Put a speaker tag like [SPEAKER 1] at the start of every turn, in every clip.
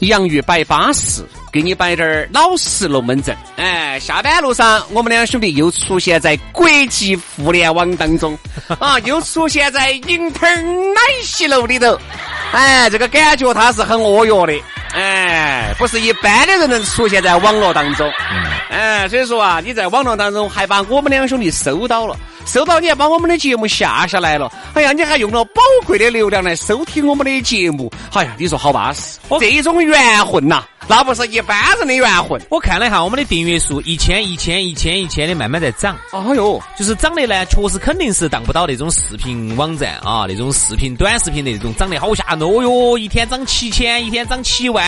[SPEAKER 1] 洋芋摆巴适，给你摆点儿老实龙门阵。哎，下班路上，我们两兄弟又出现在国际互联网当中，啊，又出现在 international 里头。哎，这个感觉他是很活跃的，哎，不是一般的人能出现在网络当中。哎，所以说啊，你在网络当中还把我们两兄弟收到了，收到你还把我们的节目下下来了。哎呀，你还用了宝贵的流量来收听我们的节目。哎呀，你说好巴适，这种缘分呐、那不是一般人的缘分。
[SPEAKER 2] 我看了一下我们的订阅数，一千、一千、一千、一千的慢慢在涨，
[SPEAKER 1] 哎呦，
[SPEAKER 2] 就是涨的呢，确实肯定是当不到那种视频网站啊，那种视频短视频的那种涨得好吓人哦哟，一天涨七千，一天涨七万。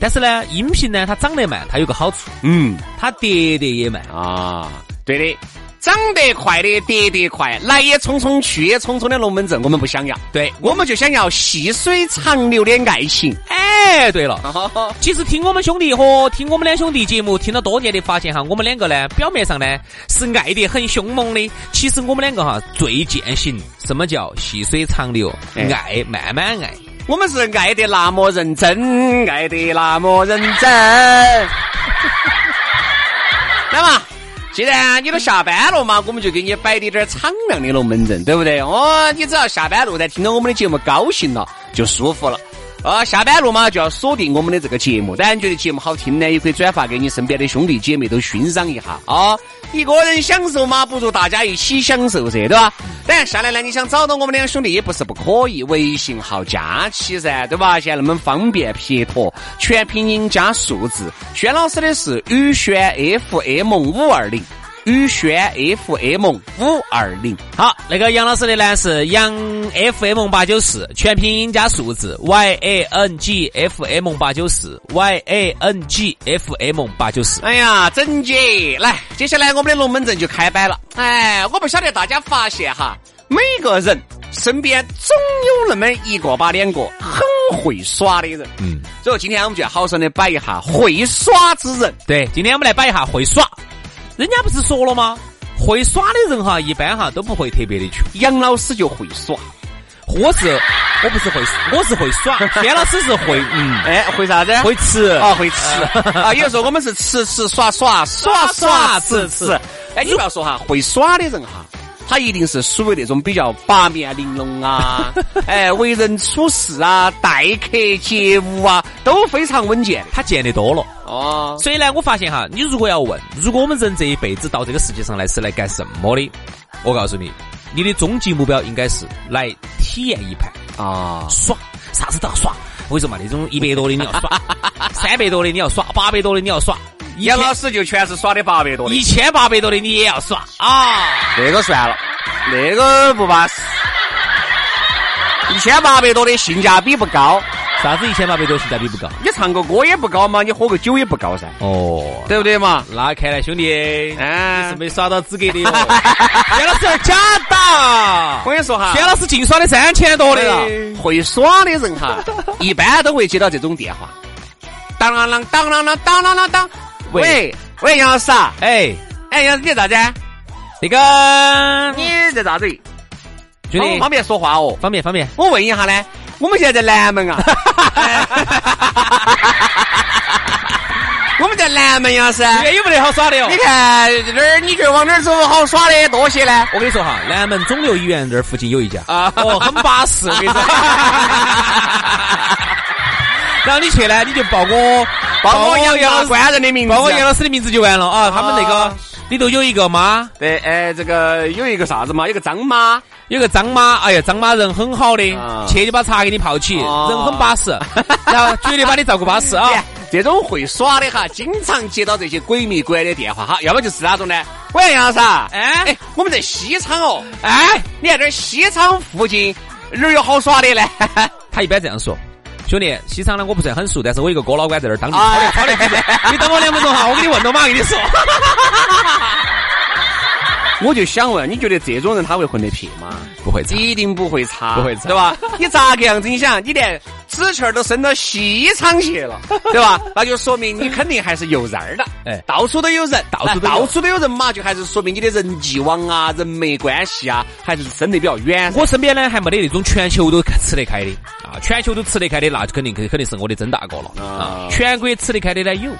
[SPEAKER 2] 但是呢，音频呢，它涨得慢，它有个好处，
[SPEAKER 1] 嗯
[SPEAKER 2] 它跌得也慢。
[SPEAKER 1] 啊，对的，长得快的跌得快，来也匆匆去也匆匆的龙门阵，我们不想要，
[SPEAKER 2] 对，
[SPEAKER 1] 我们就想要细水长流的爱 情。
[SPEAKER 2] 哎，对了，
[SPEAKER 1] 哦
[SPEAKER 2] 其实听我们兄弟和听我们两兄弟节目听了多年的，发现哈，我们两个呢，表面上呢是爱得很凶猛的，其实我们两个哈最践行什么叫细水长流，
[SPEAKER 1] 哎
[SPEAKER 2] 爱慢慢爱。
[SPEAKER 1] 我们是爱得那么认真，爱得那么认真。 来嘛，既然你都下班了嘛，我们就给你摆点点儿敞亮的龙门阵，对不对？哦，你只要下班路呢，听到我们的节目高兴了，就舒服了。啊，下班路嘛就要锁定我们的这个节目，当然觉得节目好听呢，也可以转发给你身边的兄弟姐妹都欣赏一下啊。一个人享受嘛，不如大家一起享受噻，对吧？当然下来呢，你想找到我们两兄弟也不是不可以，微信号加起噻，对吧？现在那么方便撇脱，全拼音加数字。轩老师的是宇轩 FM 五二零，宇轩 FM 五二零。
[SPEAKER 2] 好，那个杨老师的呢是杨 FM 八九四，全拼音加数字 Y A N G F M 八九四 Y A N G F M 八九四。
[SPEAKER 1] 哎呀，整姐，来，接下来我们的龙门阵就开摆了。哎，我不晓得大家发现哈，每个人身边总有那么一个把两个很会耍的人。嗯，所以今天我们就要好生的摆一下会耍之人。
[SPEAKER 2] 对，今天我们来摆一下会耍，人家不是说了吗？会耍的人哈，一般哈都不会特别的穷。
[SPEAKER 1] 杨老师就会耍，
[SPEAKER 2] 我是我不是会，我是会耍， 轩老师是会嗯
[SPEAKER 1] 哎，会啥子？
[SPEAKER 2] 会吃。
[SPEAKER 1] 啊，会吃 啊。有时候我们是吃吃耍耍耍耍吃吃。哎，你不要说哈，会耍的人哈。他一定是属于那种比较八面玲珑 啊，哎，为人处事啊，待客接物啊，都非常稳健的。
[SPEAKER 2] 他见得多了，
[SPEAKER 1] 哦，
[SPEAKER 2] 所以呢，我发现哈，你如果要问，如果我们人这一辈子到这个世界上来是来干什么的，我告诉你，你的终极目标应该是来体验一盘
[SPEAKER 1] 啊，
[SPEAKER 2] 耍，啥子都要耍。我跟你说嘛，那种一百多的你要耍，三百多的你要耍，八百多的你要耍，一
[SPEAKER 1] 杨
[SPEAKER 2] 千
[SPEAKER 1] 老师就全是耍的八百多
[SPEAKER 2] 一
[SPEAKER 1] 的，
[SPEAKER 2] 千八百多的你也要耍啊！
[SPEAKER 1] 那个算了，那个不巴适。一千八百多的性价比不高，
[SPEAKER 2] 啥子一千八百多性价比不高？
[SPEAKER 1] 你唱个歌也不高嘛，你喝个酒也不高噻，
[SPEAKER 2] 哦，
[SPEAKER 1] 对不对嘛？
[SPEAKER 2] 那看来兄弟，
[SPEAKER 1] 哎
[SPEAKER 2] 你是没耍到资格的哟。薛老师有点假的，
[SPEAKER 1] 我跟你说哈，
[SPEAKER 2] 薛老师净耍的三千多的了。
[SPEAKER 1] 会耍的人 哈，一般都会接到这种电话，当啷啷当啷啷当啷啷当，喂喂，杨老师啊，
[SPEAKER 2] 哎，
[SPEAKER 1] 哎，杨老师你咋子啊？
[SPEAKER 2] 那个
[SPEAKER 1] 你在咋子？
[SPEAKER 2] 兄弟
[SPEAKER 1] 哦方便说话哦。
[SPEAKER 2] 方便方便，
[SPEAKER 1] 我问一下呢，我们现在在南门啊。 我们在南门，杨老师，
[SPEAKER 2] 哎有没得好耍的哟
[SPEAKER 1] 你看这儿，你觉得往哪儿走好耍的多些呢？
[SPEAKER 2] 我跟你说哈，南门肿瘤医院这儿附近有一家，
[SPEAKER 1] 啊
[SPEAKER 2] 哦，很巴适。我跟你说，然后你去呢，你就报我
[SPEAKER 1] 报我杨大
[SPEAKER 2] 老
[SPEAKER 1] 官人的名字，
[SPEAKER 2] 报我杨老师的名字就完了啊。他们那个里头有一个妈，
[SPEAKER 1] 对，哎，这个有一个啥子嘛，有个张妈，
[SPEAKER 2] 有个张妈，哎呀，张妈人很好的
[SPEAKER 1] 啊，
[SPEAKER 2] 去就把茶给你泡起，
[SPEAKER 1] 哦
[SPEAKER 2] 人很巴适，然后绝对把你照顾巴适啊。
[SPEAKER 1] 哎这种会耍的哈，经常接到这些鬼迷鬼的电话哈，要么就是哪种呢？喂，杨老师啊，
[SPEAKER 2] 哎
[SPEAKER 1] 哎，我们在西昌哦，
[SPEAKER 2] 哎，
[SPEAKER 1] 你看这儿西昌附近哪儿有好耍的呢？
[SPEAKER 2] 他一般这样说。兄弟，西昌呢我不是很熟，但是我有个哥老倌在那儿当地
[SPEAKER 1] 啊
[SPEAKER 2] 跑来跑来跑来，你等我两分钟哈，我给你问了马上跟你说。
[SPEAKER 1] 我就想问，你觉得这种人他会混得撇吗？
[SPEAKER 2] 不会这样
[SPEAKER 1] 一定不会差，
[SPEAKER 2] 不会差
[SPEAKER 1] 对吧？你咋个样子？你想，你连纸钱儿都伸到西昌去 了，对吧？那就说明你肯定还是有人儿的，
[SPEAKER 2] 哎
[SPEAKER 1] 到处都有人，到
[SPEAKER 2] 处都有
[SPEAKER 1] 到处都有人嘛，就还是说明你的人际网啊、人脉关系啊，还是伸得比较远。
[SPEAKER 2] 我身边呢还没得那种全球都吃得开的啊，全球都吃得开的，那就肯定肯肯定是我的曾大哥了
[SPEAKER 1] 啊
[SPEAKER 2] 啊。全国吃得开的呢有，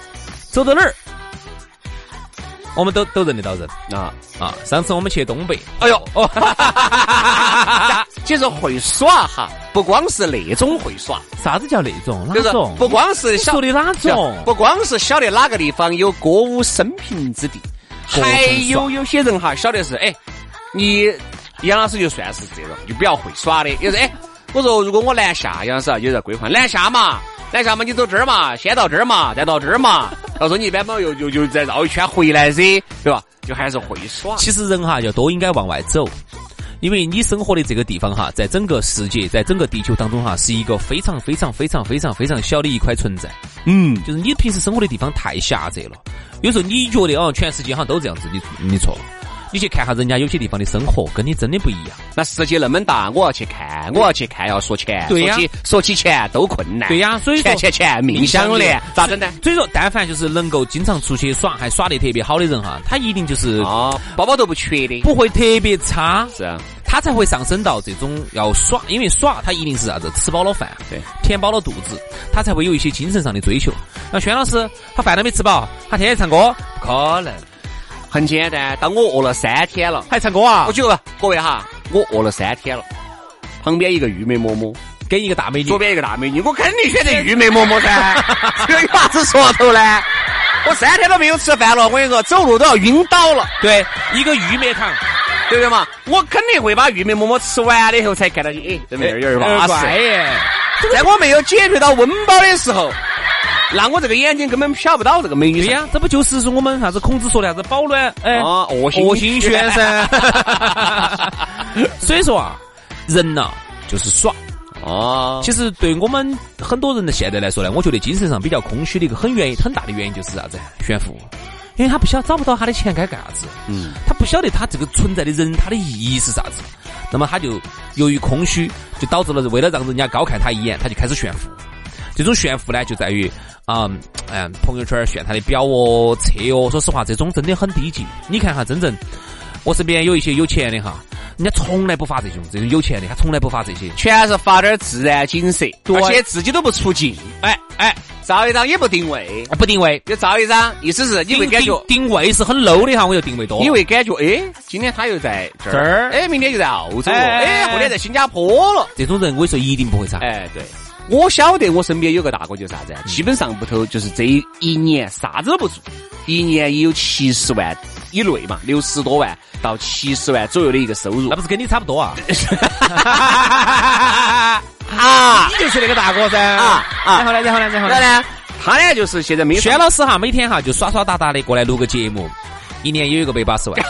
[SPEAKER 2] 走到哪儿，我们都都认得到人
[SPEAKER 1] 啊，
[SPEAKER 2] 啊。上次我们去东北，
[SPEAKER 1] 哎呦，哦， 其实会耍哈，不光是那种会耍，
[SPEAKER 2] 啥子叫那种？
[SPEAKER 1] 就
[SPEAKER 2] 哪
[SPEAKER 1] 是
[SPEAKER 2] 种？
[SPEAKER 1] 不光是晓
[SPEAKER 2] 说的哪种？
[SPEAKER 1] 不光是晓得哪个地方有歌舞升平之地，
[SPEAKER 2] 歌舞
[SPEAKER 1] 还
[SPEAKER 2] 升
[SPEAKER 1] 有有些人哈晓得是哎，你杨老师就算是这种就比较会耍的，有时候哎，我说如果我南下，杨老师啊有在规划南下嘛，南下嘛你走这儿嘛，先到这儿嘛，再到这儿嘛，到时候你一般嘛又又又再绕一圈回来噻，对吧？就还是会耍。
[SPEAKER 2] 其实人哈要多应该往外走，因为你生活的这个地方哈，在整个世界，在整个地球当中哈，是一个非常非常非常非常非常小的一块存在。嗯，就是你平时生活的地方太狭窄了，有时候你觉得哦，全世界好像都这样子，你你错了。你去看下人家有些地方的生活，跟你真的不一样。
[SPEAKER 1] 那世界那么大，我要去看，我要去看，要说钱，
[SPEAKER 2] 对呀
[SPEAKER 1] 说起说起钱都困难，
[SPEAKER 2] 对呀所以说
[SPEAKER 1] 钱钱钱命相连，咋整呢？
[SPEAKER 2] 所以说，但凡就是能够经常出去耍，还耍得特别好的人哈，他一定就是
[SPEAKER 1] 哦，包包都不缺的，
[SPEAKER 2] 不会特别差。
[SPEAKER 1] 是啊，
[SPEAKER 2] 他才会上升到这种要耍，因为耍他一定是啥子，吃饱了饭，
[SPEAKER 1] 对，
[SPEAKER 2] 填饱了肚子，他才会有一些精神上的追求。那轩老师，他饭都没吃饱，他天天唱歌，不可能，
[SPEAKER 1] 很简单。当我饿了三天了，
[SPEAKER 2] 还唱歌啊
[SPEAKER 1] 我？觉得各位哈，我饿了三天了。旁边一个玉梅嬷嬷，
[SPEAKER 2] 跟一个大美女
[SPEAKER 1] 左，边一个大美女，我肯定选择玉梅嬷嬷噻， 这有啥子说头呢？我三天都没有吃饭了，我跟你说，走路都要晕倒了，
[SPEAKER 2] 对，一个玉梅糖，
[SPEAKER 1] 对不对嘛？我肯定会把玉梅嬷嬷吃完了以后才看到你，哎，这妹儿有点巴适。
[SPEAKER 2] 怪啊耶，
[SPEAKER 1] 在我没有解决到温饱的时候，那我这个眼睛根本瞟不到这个美女
[SPEAKER 2] 对
[SPEAKER 1] 噻。
[SPEAKER 2] 呀，这不就是我们啥子孔子说的啥子保暖，哎，
[SPEAKER 1] 啊，恶心
[SPEAKER 2] 恶心轩噻。 所以说啊，人呐、就是耍。
[SPEAKER 1] 哦，
[SPEAKER 2] 其实对我们很多人的现在来说呢，我觉得精神上比较空虚的一个很原因很大的原因就是啥子？炫富，因为他不晓找不到他的钱该干啥子，
[SPEAKER 1] 嗯，
[SPEAKER 2] 他不晓得他这个存在的人他的意义是啥子，那么他就由于空虚，就导致了为了让人家高看他一眼，他就开始炫富。这种炫富呢，就在于啊嗯嗯，朋友圈炫他的表哦、车哦。说实话，这种真的很低级。你看哈，真正我身边有一些有钱的哈，人家从来不发这种，这种有钱的他从来不发这些。
[SPEAKER 1] 全是发点自然景色，
[SPEAKER 2] 对
[SPEAKER 1] 而且自己都不出镜，
[SPEAKER 2] 哎哎，
[SPEAKER 1] 照一张也不定位，
[SPEAKER 2] 啊不定位，
[SPEAKER 1] 就照一张，意思是你会感觉，
[SPEAKER 2] 定定位是很 low 的哈，我就定位多了。
[SPEAKER 1] 你会感觉，哎，今天他又在这
[SPEAKER 2] 这
[SPEAKER 1] 儿，
[SPEAKER 2] 儿
[SPEAKER 1] 哎，明天就在澳洲了，
[SPEAKER 2] 哎
[SPEAKER 1] 哎，后天在新加坡了，
[SPEAKER 2] 这种人，我跟你说一定不会差。
[SPEAKER 1] 哎，对。我晓得，我身边有个大哥就是啥子啊，基本上屋头就是这一年啥子都不做，一年也有七十万以内嘛，六十多万到七十万左右的一个收入
[SPEAKER 2] 那不是跟你差不多啊？
[SPEAKER 1] 啊
[SPEAKER 2] 你就是那个大哥噻。
[SPEAKER 1] 啊啊
[SPEAKER 2] 然后呢，然后呢，然后
[SPEAKER 1] 那
[SPEAKER 2] 呢？
[SPEAKER 1] 呢，他呢就是现在没有
[SPEAKER 2] 轩老师哈，每天哈就耍耍打打的过来录个节目，一年也有个百八 十万。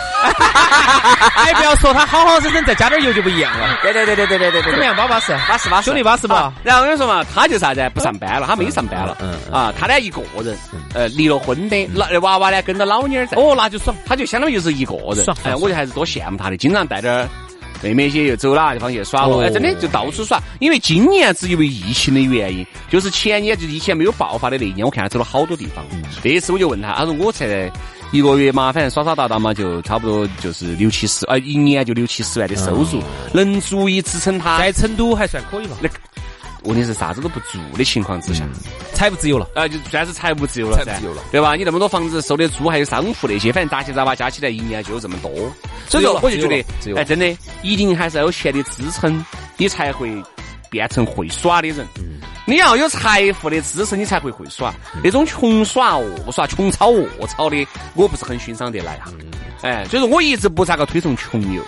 [SPEAKER 2] 哎，不要说他好好生生再加点油就不一样了。
[SPEAKER 1] 对对对对对对对对
[SPEAKER 2] 怎么样，巴不巴适？
[SPEAKER 1] 巴适巴适，
[SPEAKER 2] 兄弟巴适不
[SPEAKER 1] 啊然后我跟你说嘛，他就啥子啊，不上班了，他没上班了，
[SPEAKER 2] 嗯嗯
[SPEAKER 1] 啊，他呢一个人，呃，离了婚的，老娃娃呢跟着老妞儿在，
[SPEAKER 2] 哦，那就爽。
[SPEAKER 1] 他就相当于就是一个人
[SPEAKER 2] 爽，
[SPEAKER 1] 哎，
[SPEAKER 2] 爽
[SPEAKER 1] 我就还是多羡慕他的，经常带点儿妹妹些又走哪地方去耍了，
[SPEAKER 2] 哦
[SPEAKER 1] 哎，真的就到处耍。因为今年只因为疫情的原因，就是前年就疫情没有爆发的那一年，我看他走了好多地方。这一次我就问他，他说我才一个月嘛，反正耍耍打打嘛，就差不多就是六七十，呃，一年就六七十万的收入，能足以支撑他。
[SPEAKER 2] 在成都还算可以吧？
[SPEAKER 1] 那个问题是啥子都不做的情况之下，
[SPEAKER 2] 财务自由了。
[SPEAKER 1] 啊，就算是财务自由了噻，
[SPEAKER 2] 财务自由了
[SPEAKER 1] 对吧？你那么多房子收的租，还有商户那些，反正杂七杂八加起来一年就这么多。所以说，我就觉
[SPEAKER 2] 自
[SPEAKER 1] 得，
[SPEAKER 2] 由了
[SPEAKER 1] 哎，真的，
[SPEAKER 2] 嗯
[SPEAKER 1] 一定还是要有钱的支撑，你才会变成会耍的人。你要有财富的支撑，你才会会耍。那种穷耍恶耍、穷操恶操的，我不是很欣赏得来
[SPEAKER 2] 嗯
[SPEAKER 1] 哈。哎，所以说我一直不咋个推崇穷游。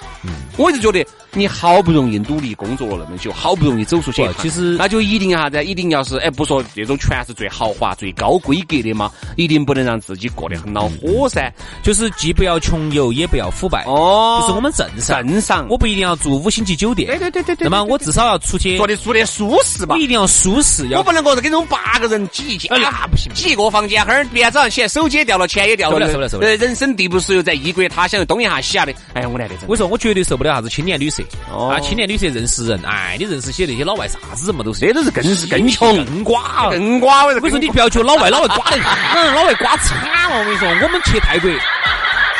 [SPEAKER 1] 我一直觉得你好不容易努力工作了那么久，好不容易走出去一趟，
[SPEAKER 2] 不其实
[SPEAKER 1] 那就一定啥子，一定要是哎，不说这种全是最豪华、最高规格的嘛，一定不能让自己过得很恼火噻。
[SPEAKER 2] 就是既不要穷游，也不要腐败，
[SPEAKER 1] 哦
[SPEAKER 2] 嗯就是我们正常。
[SPEAKER 1] 正常，
[SPEAKER 2] 我不一定要住五星级酒店，
[SPEAKER 1] 对对对对对
[SPEAKER 2] 那么我至少要出去
[SPEAKER 1] 坐，的住的舒适吧
[SPEAKER 2] 我。一定要舒适，要哎
[SPEAKER 1] 我不能够跟这种八个人挤一间，啊，不行，挤一个房间，哈儿明天早上起来手机也掉了，钱也掉了，
[SPEAKER 2] 受不了受不了受不了
[SPEAKER 1] 呃人生地不熟，又在异国他乡又东一下西一下的，哎，我那个真
[SPEAKER 2] 我跟你说，我绝对受不了啥子青年旅社、
[SPEAKER 1] 哦
[SPEAKER 2] 啊！青年旅社认识人，哎，你认识些那些老外啥子人嘛都是，
[SPEAKER 1] 这都是更是更穷
[SPEAKER 2] 更瓜了。
[SPEAKER 1] 更瓜，我
[SPEAKER 2] 我跟你说，你不要觉得老外老外瓜得很，老外瓜惨了。我跟你说，我们去泰国，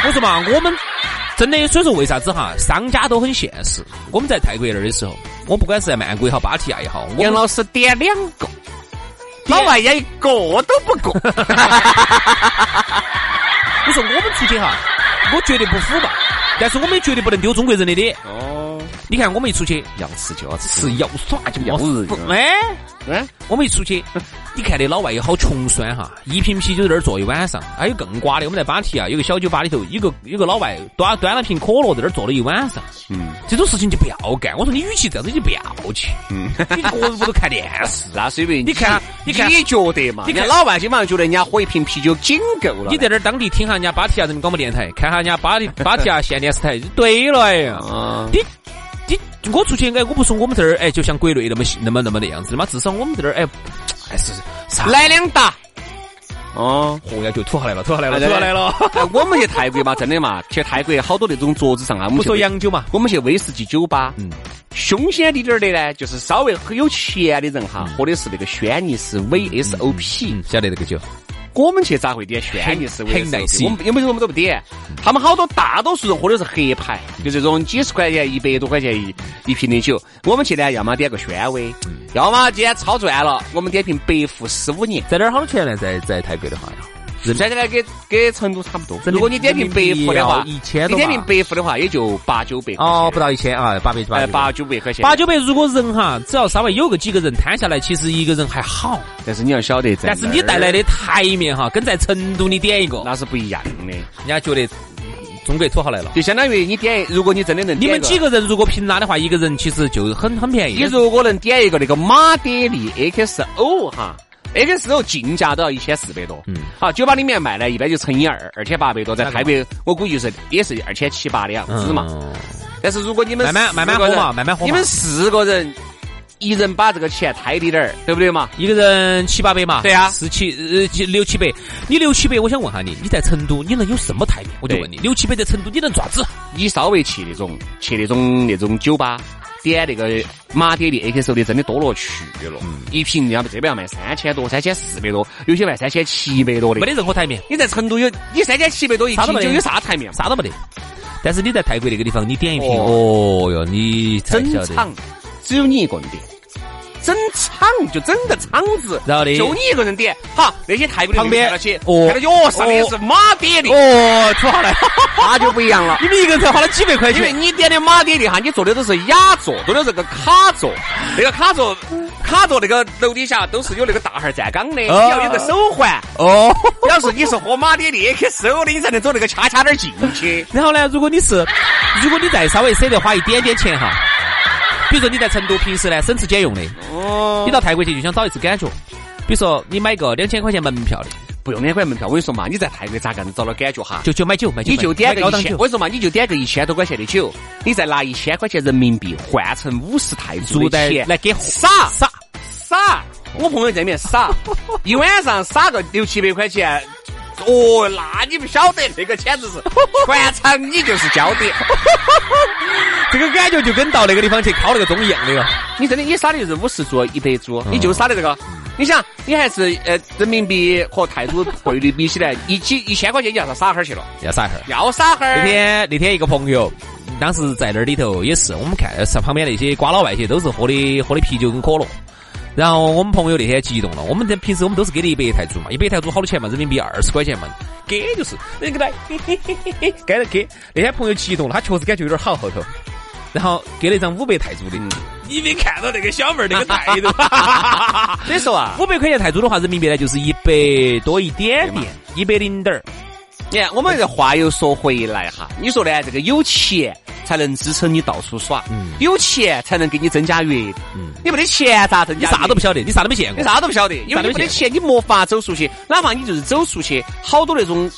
[SPEAKER 2] 我说嘛，我们真的，所以说为啥子哈，商家都很现实。我们在泰国那儿的时候，我不管是在曼谷也好，芭提雅也好，我
[SPEAKER 1] 杨
[SPEAKER 2] 们
[SPEAKER 1] 老师点两个，老外也一个都不够，
[SPEAKER 2] 我说我们出去哈，我绝对不腐败，但是我们也绝对不能丢中国人的脸。哦，你看我们一出去
[SPEAKER 1] 要吃就要吃，
[SPEAKER 2] 是要耍就
[SPEAKER 1] 要日
[SPEAKER 2] 不哎，
[SPEAKER 1] 嗯，
[SPEAKER 2] 我们一出去， 你看那老外也好穷酸哈，一瓶啤酒在那儿坐一晚上，还有更瓜的，我们在芭提雅啊有个小酒吧里头，有个有个老外端端了瓶可乐在那儿坐了一晚上。嗯，这种事情就不要干。我说你与其这样子，你就不要去。嗯，你个人屋头看电 视。
[SPEAKER 1] 那随便
[SPEAKER 2] 你看你看
[SPEAKER 1] 啊你觉得嘛？
[SPEAKER 2] 你
[SPEAKER 1] 你
[SPEAKER 2] 看
[SPEAKER 1] 看老外基本上觉得人家喝一瓶啤酒紧够了，
[SPEAKER 2] 你在那儿当地听下人家芭提雅人啊民广播电台，看下人家芭提 芭提雅县电视台，就对了哎呀。
[SPEAKER 1] 啊，
[SPEAKER 2] 你你我出去哎，我不说我们这儿哎，就像国内那么那么那么那样子的嘛，至少我们这儿哎，哎是啥？
[SPEAKER 1] 来两打，哦。
[SPEAKER 2] 嚯呀，就土豪来了，土豪来了，
[SPEAKER 1] 哎
[SPEAKER 2] 土豪来了。
[SPEAKER 1] 哎 我们去泰国嘛，真的嘛，去泰国好多那种桌子上啊，我们
[SPEAKER 2] 不
[SPEAKER 1] 去
[SPEAKER 2] 说洋酒嘛，
[SPEAKER 1] 我们去威士忌酒吧，嗯，凶险滴点儿的呢，就是稍微很有钱的人哈，喝的是那个轩尼诗 VSOP，、
[SPEAKER 2] 嗯，晓得这个酒，
[SPEAKER 1] 我们去咋会点轩尼诗
[SPEAKER 2] 很
[SPEAKER 1] VSOP？
[SPEAKER 2] 很 nice
[SPEAKER 1] 我们有没有我们都不点，他们好多大多数人喝的是黑牌，
[SPEAKER 2] 嗯
[SPEAKER 1] 就这种几十块钱、一百多块钱一一瓶的酒，我们去呢，要么点个轩威，
[SPEAKER 2] 嗯
[SPEAKER 1] 要么今天超赚了，我们点瓶百富十五年。
[SPEAKER 2] 在哪儿好多钱呢？在在泰国的话，人
[SPEAKER 1] 算下来跟跟成都差不多。
[SPEAKER 2] 人民
[SPEAKER 1] 如果你点评百富的话，
[SPEAKER 2] 人民币要1000
[SPEAKER 1] 你
[SPEAKER 2] 多吧
[SPEAKER 1] 点评百富的话，也就八九百块钱
[SPEAKER 2] 哦，不到一千啊，八百
[SPEAKER 1] 哎
[SPEAKER 2] 八
[SPEAKER 1] 八九百块钱。
[SPEAKER 2] 八九百。如果人哈，只要稍微有个几个人摊下来，其实一个人还好，
[SPEAKER 1] 但是你要晓得，在
[SPEAKER 2] 但是你带来
[SPEAKER 1] 的
[SPEAKER 2] 的台面哈，跟在成都你点一个，
[SPEAKER 1] 那是不一样的，
[SPEAKER 2] 人家觉得中国土豪来了。
[SPEAKER 1] 就相当于你点，如果你真的能
[SPEAKER 2] 你
[SPEAKER 1] 点
[SPEAKER 2] 们
[SPEAKER 1] 一个
[SPEAKER 2] 几，个人如果平拉的话，一个人其实就很很便宜。
[SPEAKER 1] 你如果能点一个那个马德里 XO 哈。XO 进价都要一千四百多，嗯，好，酒吧里面卖呢，一般就乘以二，二千八百多，在泰国我估计是也是二千七八的样子嘛。
[SPEAKER 2] 嗯
[SPEAKER 1] 但是如果你们
[SPEAKER 2] 慢慢
[SPEAKER 1] 四
[SPEAKER 2] 慢慢
[SPEAKER 1] 个
[SPEAKER 2] 喝嘛
[SPEAKER 1] 人
[SPEAKER 2] 慢慢喝嘛
[SPEAKER 1] 你们四个人，一人把这个钱摊低点儿，对不对嘛？
[SPEAKER 2] 一个人七八百嘛，
[SPEAKER 1] 对啊
[SPEAKER 2] 四七呃七六七百，你六七百，我想问下你，你在成都你能有什么台面？我就
[SPEAKER 1] 对
[SPEAKER 2] 问你，六七百在成都你能爪子？
[SPEAKER 1] 你稍微去那种去那种那种酒吧，点那个马爹利 AKSO 的，真的多了去了。
[SPEAKER 2] 嗯
[SPEAKER 1] 一瓶人家这边要卖三千多，三千四百多，有些卖三千七百多的
[SPEAKER 2] 没。得任何台面，
[SPEAKER 1] 你在成都有你三千七百多一
[SPEAKER 2] 啥
[SPEAKER 1] 瓶
[SPEAKER 2] 都没得
[SPEAKER 1] 酒有啥台面嘛？
[SPEAKER 2] 啥都没得。但是你在泰国那个地方，你点一瓶，
[SPEAKER 1] 哦
[SPEAKER 2] 哦哟，你才
[SPEAKER 1] 整
[SPEAKER 2] 晓得。
[SPEAKER 1] 场只有你一个人点，整场就整个场子，
[SPEAKER 2] 然后呢
[SPEAKER 1] 就你一个人点。好，那些泰国的
[SPEAKER 2] 旁边
[SPEAKER 1] 看到起，
[SPEAKER 2] 哦
[SPEAKER 1] 看到起哦，上面是马爹 利，
[SPEAKER 2] 哦，土豪来，
[SPEAKER 1] 那就不一样了。
[SPEAKER 2] 你们一个人才花了几百块
[SPEAKER 1] 因为
[SPEAKER 2] 钱，
[SPEAKER 1] 你点的马爹利哈，你坐的都是雅座，坐的是个卡座，那个卡座，卡座那个楼底下都是有那个大孩儿站岗的，你
[SPEAKER 2] 哦
[SPEAKER 1] 要有个手 环。
[SPEAKER 2] 哦。
[SPEAKER 1] 要是你是喝马爹利 XO 的，你才能走那个恰恰点儿进去。
[SPEAKER 2] 然后呢，如果你是，如果你再稍微舍得花一点点钱哈，比如说你在成都平时呢省吃俭用的，
[SPEAKER 1] 哦
[SPEAKER 2] 你，到泰国去就想找一次感觉。比如说你买个两千块钱门票的，
[SPEAKER 1] 不用两块门票，我跟你说嘛，你在泰国咋个能找到感觉哈？
[SPEAKER 2] 就就买酒买酒，
[SPEAKER 1] 你就
[SPEAKER 2] 买
[SPEAKER 1] 点
[SPEAKER 2] 买
[SPEAKER 1] 个
[SPEAKER 2] 高
[SPEAKER 1] 一
[SPEAKER 2] 档
[SPEAKER 1] 千，
[SPEAKER 2] 酒
[SPEAKER 1] 我。跟你说嘛，你就点个一千多块钱的酒，你再拿一千块钱人民币换成五十泰铢
[SPEAKER 2] 住
[SPEAKER 1] 的
[SPEAKER 2] 在
[SPEAKER 1] 钱
[SPEAKER 2] 来给
[SPEAKER 1] 撒
[SPEAKER 2] 撒，
[SPEAKER 1] 撒，我朋友在里面 撒，一晚上撒个六七百块钱。哦，那你不晓得，那个简直 是全场你就是焦点，
[SPEAKER 2] 这个感觉就跟到那个地方去烤那个钟一样的哟。
[SPEAKER 1] 你真的你撒的就是五十株、一百株，
[SPEAKER 2] 嗯
[SPEAKER 1] 你就撒的这个。你想，你还是呃人民币和泰铢汇率比起来，一几一千块钱你要撒哈儿去了，
[SPEAKER 2] 要撒一会儿。
[SPEAKER 1] 要撒哈
[SPEAKER 2] 哎那
[SPEAKER 1] 儿。
[SPEAKER 2] 天那天一个朋友，当时在那儿里头也是，我们看上旁边那些瓜老外些都是喝的喝的啤酒跟可乐。然后我们朋友那天激动了，我们这平时我们都是给的一百泰铢嘛，一百泰铢好多钱嘛，人民币二十块钱嘛，给就是那个来，嘿嘿嘿嘿嘿给了给。那天朋友激动了，他确实感觉有点好后头，然后给了一张五百泰铢的，
[SPEAKER 3] 你没看到那个小妹儿那个态度？
[SPEAKER 1] 所以说啊，
[SPEAKER 2] 五百块钱泰铢的话，人民币呢就是一百多一点点，一百零点儿。
[SPEAKER 1] 你看，我们这话又说回来哈，你说啊呢？这个有钱才能支撑你到处耍，
[SPEAKER 2] 嗯
[SPEAKER 1] 有钱才能给你增加阅历。你没得钱咋增
[SPEAKER 2] 你
[SPEAKER 1] 加？
[SPEAKER 2] 啥都不晓得，你啥都没见
[SPEAKER 1] 你
[SPEAKER 2] 过。
[SPEAKER 1] 啥都不晓得，因为
[SPEAKER 2] 啥
[SPEAKER 1] 你
[SPEAKER 2] 都
[SPEAKER 1] 没
[SPEAKER 2] 不
[SPEAKER 1] 得钱，你没法走出去。哪怕你就是走出去，好多那种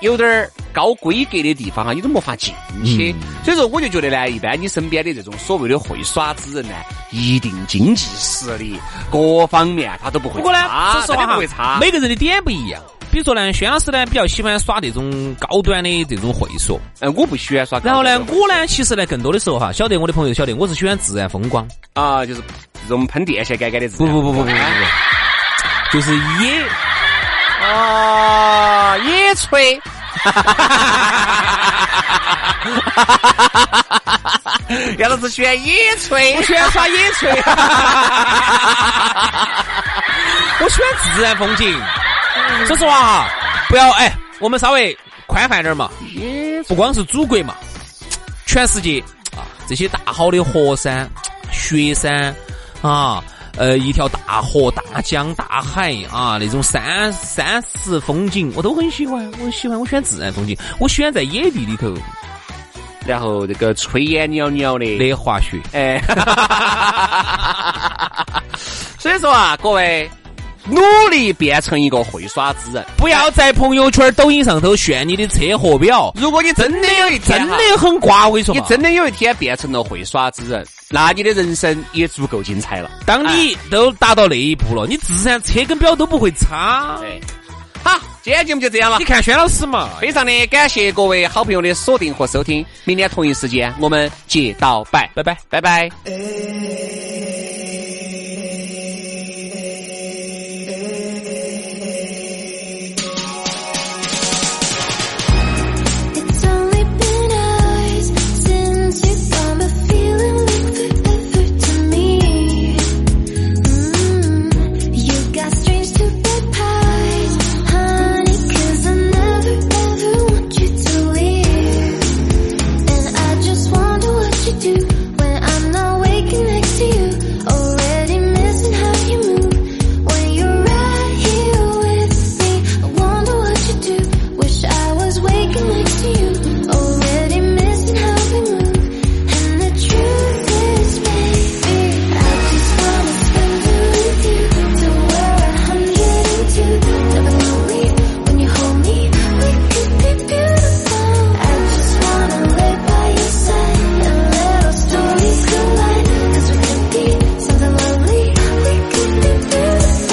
[SPEAKER 1] 有点儿高规格的地方啊，你都没法进去。
[SPEAKER 2] 嗯
[SPEAKER 1] 所以说，我就觉得呢，一般你身边的这种所谓的会耍之人呢，一定经济实力各方面啊他都不会
[SPEAKER 2] 啊不过呢，
[SPEAKER 1] 差，
[SPEAKER 2] 说实
[SPEAKER 1] 他
[SPEAKER 2] 话
[SPEAKER 1] 都不会差
[SPEAKER 2] 哈，。每个人的点不一样。比如说呢，轩老师呢比较喜欢耍那种高端的这种会所，
[SPEAKER 1] 嗯，我不喜欢耍高
[SPEAKER 2] 然后
[SPEAKER 1] 端的。
[SPEAKER 2] 呢，我呢其实呢更多的时候哈，晓得我的朋友晓得我是喜欢自然风光，
[SPEAKER 1] 啊，就是这种喷电线杆杆的字。
[SPEAKER 2] 不不不不不不不，就是野。
[SPEAKER 1] 啊，野炊。杨老师喜欢野炊，我喜欢耍野炊。
[SPEAKER 2] 我喜欢自然风景。说实话哈，不要哎，我们稍微宽泛点儿嘛，不光是祖国嘛，全世界啊，这些大好的河山、雪山啊。呃，一条大河、大江、大海啊，那种山山石风景，我都很喜欢。我喜欢，我喜欢自然风景，我喜欢在野地里头
[SPEAKER 1] 然后这个炊烟袅袅的，
[SPEAKER 2] 的滑雪。
[SPEAKER 1] 哎， 所以说啊，各位努力变成一个会耍之人。
[SPEAKER 2] 不要在朋友圈、抖音上头炫你的车和表，
[SPEAKER 1] 如果你真的有一
[SPEAKER 2] 真
[SPEAKER 1] 天哈
[SPEAKER 2] 的很瓜。我跟你说
[SPEAKER 1] 你
[SPEAKER 2] 嘛，
[SPEAKER 1] 真的有一天变成了会耍之人，那你的人生也足够精彩了。
[SPEAKER 2] 当你都达到那一步了，你自然车跟表都不会差。
[SPEAKER 1] 哎，好，今天节目就这样了
[SPEAKER 2] 你。看轩老师嘛，
[SPEAKER 1] 非常的感谢各位好朋友的锁定和收听，明天同一时间我们接到拜，
[SPEAKER 2] 拜拜。
[SPEAKER 1] 拜拜。
[SPEAKER 4] It's only been hours since you've gone, but feeling like forever to me. Mm, You got strange superpowers, honey, 'cause I never ever want you to leave, and I just wonder what you do when I'm not waking next to you, already missing how you move. When you're right here with me, I wonder what you do. Wish I was waking next to you, already missing how we move. And the truth is, baby, I just wanna spend the with you to where I'm getting to. Never lonely when you hold me, we could be beautiful. I just wanna lay by your side and let our stories collide. 'Cause we could be something lovely, we could be beautiful.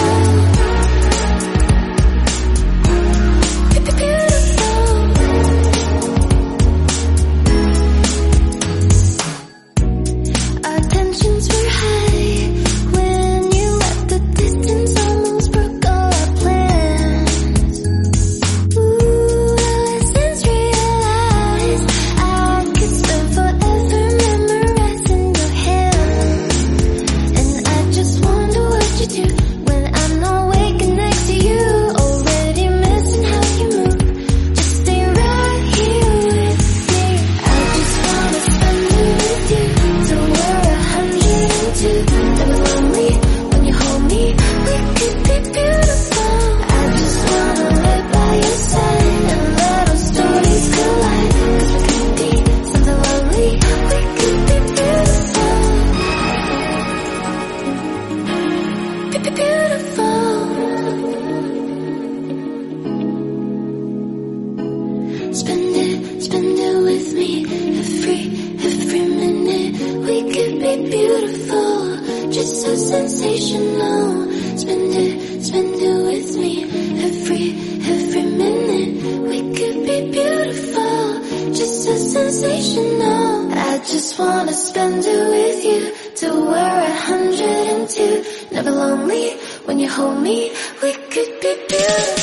[SPEAKER 4] Our tensions were high when you left. The distance almost broke all our plans. Ooh, since realized I could spend forever memorizing your hands. And I just wonder what you do when I'm not waking next to you. Already missing how you move. Just stay right here with me. I just wanna spend it with you. To where I'm getting to. Never lonely when you hold me. We could be beautiful. I just wanna lay by your side and let our stories collide. 'Cause we could be something lovely. We could be beautiful. Beautiful. Spend it, spend it with me. Every, every minute we could be beautiful, just so sensational. Spend it, spend it with me. Every, every minute we could be beautiful, just so sensational. I just wanna spend it with you to where a hundred and two. Never lonely when you hold me. We could be beautiful.